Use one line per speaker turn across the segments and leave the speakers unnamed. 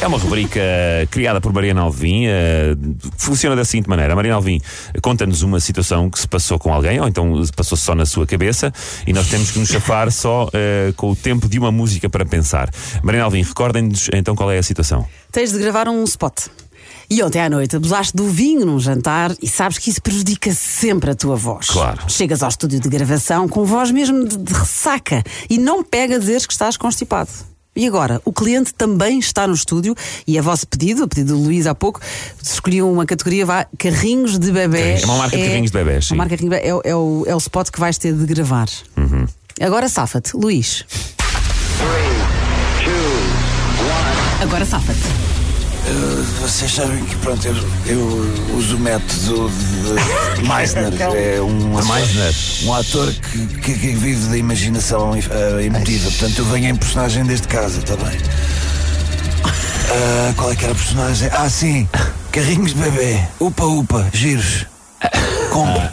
É uma rubrica criada por Mariana Alvim. eh, funciona da seguinte maneira: a Mariana Alvim conta-nos uma situação que se passou com alguém, ou então se passou só na sua cabeça, e nós temos que nos chafar só eh, com o tempo de uma música para pensar. Mariana Alvim, recordem-nos então qual é a situação.
Tens de gravar um spot. E ontem à noite abusaste do vinho num jantar e sabes que isso prejudica sempre a tua voz.
Claro.
Chegas ao estúdio de gravação com voz mesmo de, de ressaca e não pega a dizeres que estás constipado. E agora, o cliente também está no estúdio e a vosso pedido, a pedido do Luís há pouco, escolhiam uma categoria, vá, carrinhos de bebê.
É uma marca de carrinhos de bebés, sim.
Uma marca de carrinhos de bebés. É, o- é o, é o spot que vais ter de gravar.
Uhum.
Agora safa-te, Luís. Agora safa-te.
Vocês sabem que, pronto, eu, eu uso o método de, de Meisner. É um,
De Meisner.
um ator que, que- que vive da imaginação eh, emotiva. Portanto, eu venho em personagem desde casa, está bem? Ah, qual é que era a personagem? Ah, sim. Carrinhos de bebê. Upa, upa. Giros. Compre.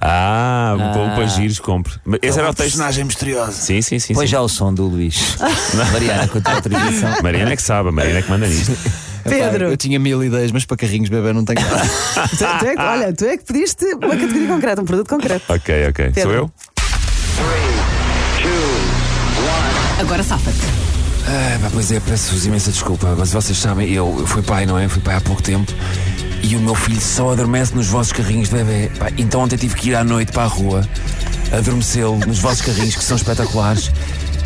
Ah, com para giros, compre. Mas Esse era
É uma
o texto.
personagem misteriosa.
Sim, sim, sim.
Pois
sim.
já o som do Luís. Mariana, com a tua autorização.
Mariana é que sabe, a Mariana é que manda nisto.
Pedro.
Epá, eu tinha mil ideias, mas para carrinhos bebê não tenho nada.
Tu- tu é que- olha, tu é que pediste uma categoria concreta, um produto concreto.
Ok, ok.
Pedro.
Sou eu?
Agora safa-te.
Ah, pá, pois é, peço-vos imensa desculpa, mas vocês sabem, eu eu fui pai, não é? Fui pai há pouco tempo e o meu filho só adormece nos vossos carrinhos de bebê. Pá, então ontem tive que ir à noite para a rua, adormecê-lo nos vossos carrinhos, que são espetaculares,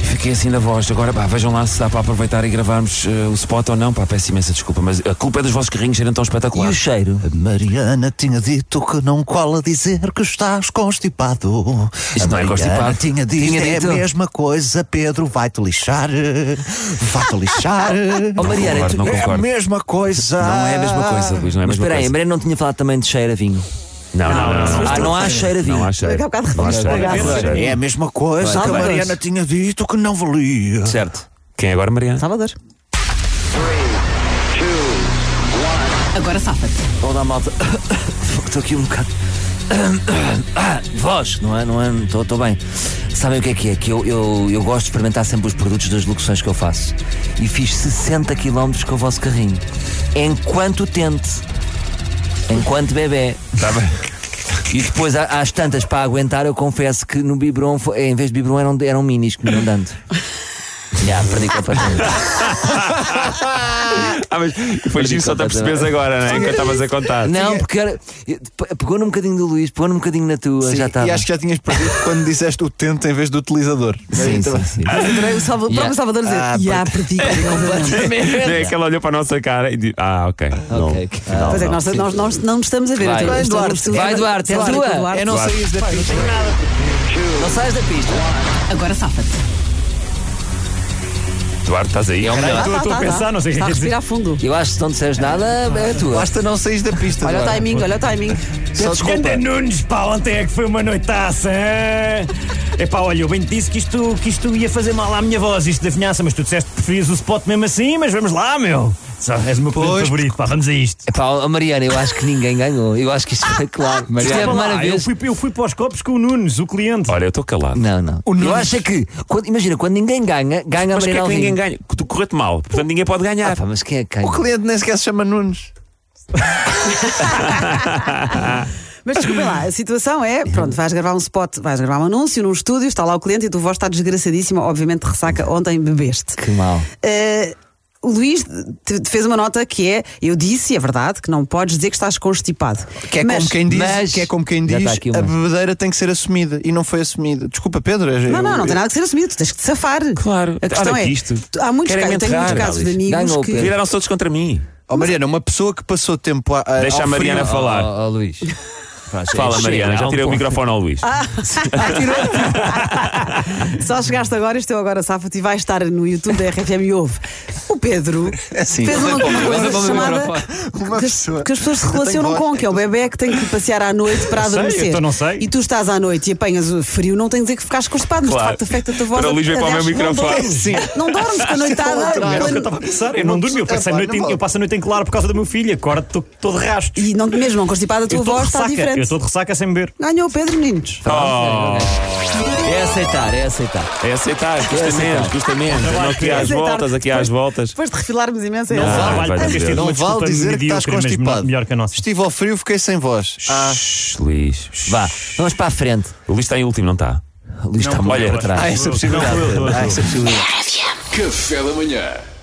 e fiquei assim na voz. Agora, pá, vejam lá se dá para aproveitar e gravarmos eh, o spot ou não. Pá, peço imensa desculpa, mas a culpa é dos vossos carrinhos serem tão
E o
espetaculares.
cheiro?
Mariana tinha dito que não cola dizer que estás constipado. A
Isto não é
Mariana
constipado.
Tinha dito,
Tinha
é
dito.
a mesma coisa, Pedro, vai-te lixar. Vai-te lixar.
Oh, Mariana,
concordo,
tu-
não
é a
concordo.
mesma coisa.
Não é a mesma coisa, Luís, não é a mesma
Mas espera aí, a
coisa.
Mariana não tinha falado também de cheiro a vinho.
Não, não, não. não, não.
Ah, não há cheiro a vinho.
Não há cheiro.
Daqui a bocado
Não há
referimos
cheiro.
para a
Não há cheiro.
É a mesma coisa
Vai,
que
vai.
a Mariana tinha dito que não valia.
Certo.
Quem é agora, Mariana?
Salvador. Agora safa-te.
Olá, malta. Estou aqui um bocado. Ah, Voz, não é? Não é? Estou estou bem. Sabem o que é que é? Que eu, eu, eu gosto de experimentar sempre os produtos das locuções que eu faço. E fiz 60 km com o vosso carrinho. Enquanto tente. Enquanto bebê.
Tá bem.
E depois, há- às tantas, para aguentar, eu confesso que no Bibron, foi- em vez de Bibron, eram, eram minis que me iam dando. Já, perdi completamente.
Ah, mas foi giro só te apercebes agora, não é? Enquanto estavas a contar.
Não, porque era, pegou num bocadinho do Luís, pegou num bocadinho na tua, já estava.
E acho que já tinhas perdido quando disseste o tente em vez do utilizador. Então,
Sim, sim, sim.
Adorei o Salva- o próprio
Yeah.
Salvador dizer.
Ah,
e há perdi.
É que ela olhou para a nossa cara e disse: Ah, ok. Não.
Ok.
Não,
Pois é que nós,
não.
nós, nós não nos estamos a ver.
Vai.
então,
Vai,
estou-
Duarte.
estou-
Vai, Duarte, é
Duarte,
tua.
Duarte.
É
Não
Claro.
saías da pista.
Não saias da pista.
Agora safa-te.
Duarte, estás
É
aí?
Estou a pensar, não sei o que é Está a respirar fundo.
Eu acho que se não disseres nada, é a tua.
Basta não saís da pista.
Olha tá o
Eduardo.
timing, olha o timing.
Só desculpa.
Ganda Nunes, pá, ontem é que foi uma noitaça. hã? Epá, olha, eu bem te disse que isto, que isto ia fazer mal à minha voz, isto da vinhaça, mas tu disseste que preferias o spot mesmo assim, mas vamos lá, meu. Só és o meu
Pois,
poder favorito, pá, vamos a isto.
Epá, ó, Mariana, eu acho que ninguém ganhou. Eu acho que isto foi claro. Isto é a
Desculpa lá,
primeira
eu,
vez.
fui, eu fui para os copos com o Nunes, o cliente.
Olha, eu estou calado.
Não, não. Eu acho é que, quando- imagina, quando ninguém ganha,
Mas
ganha a
o que é
Mariana
que
Alvim.
ninguém ganha? Tu correu-te mal, portanto ninguém pode
Ah,
ganhar.
pá, mas quem é que ganha?
O cliente nem sequer se chama Nunes.
Mas desculpa lá, a situação é: pronto, vais gravar um spot, vais gravar um anúncio num estúdio, está lá o cliente e a tua voz está desgraçadíssima, obviamente de ressaca, ontem bebeste.
Que mal.
Eh, o Luís te- te fez uma nota que é: eu disse, e é verdade, que não podes dizer que estás constipado.
Que é
Mas-
como quem diz,
mas-
que é como quem
Já
diz
está aqui uma.
a bebedeira tem que ser assumida e não foi assumida. Desculpa, Pedro. é- eu-
Não, não, não
eu-
tem nada que ser assumido, tu tens que te safar.
Claro.
A questão
Olha
é:
que isto.
tu- há muitos
Querem
casos, tenho muitos
entrar,
casos de
Alice.
amigos
Ganhou,
que.
Pedro.
Viraram-se todos contra mim.
Oh, Mariana, uma pessoa que passou tempo a. a
Deixa
ao
a Mariana
frio-
falar.
Ó, ó, Luís. Pronto,
Fala,
chega,
Mariana,
há
já
um
tirei o
ponto.
microfone ao
Ah,
Luís.
Tirou-te. Só chegaste agora, isto é o agora safa-te e vai estar no YouTube da RFM e ouve. O Pedro
assim,
fez uma, uma coisa chamada
Uma
que, as-
pessoa.
que as pessoas se relacionam
voz.
com, que é o bebê que tem que passear à noite para
Não sei,
adormecer.
então não sei.
E tu estás à noite e apanhas o frio, não tem de dizer que ficaste constipado, mas
Claro.
de facto afeta-te a voz.
Para o Luís ver para o
Aliás,
meu
não
microfone.
dormes.
Sim.
Não dormes com a noitada.
Era o que
Era o que eu
quando-
estava a pensar. Eu não dormi, eu,
é
passei a
Epá,
noite em-
não vale.
eu passo a noite em claro por causa do meu filho. Agora estou todo rasto.
E não, mesmo não constipada, a tua
Eu estou de
voz está
ressaca. Eu Tá.
diferente.
estou de ressaca sem beber.
Ganhou o Pedro, meninos.
É aceitar, é aceitar.
É aceitar, É custa menos, custa menos. Não aqui às
Aceitar.
voltas, aqui às voltas.
Depois de refilarmos imenso, é
Não
essa.
vá.
Trabalho
vai
por teres
dizer.
tido
Não
uma
vale
desculpa
dizer que estás
medíocre, mas
constipado.
Melhor que a nossa.
Estive ao frio, fiquei sem voz. Ah,
Shhh, Luís. shhh.
Vá, vamos para a frente.
O Luís está em último, não está?
O Luís está muito
olha,
para trás.
essa possibilidade.
Não, eu, eu, eu.
Há essa possibilidade.
Café da manhã.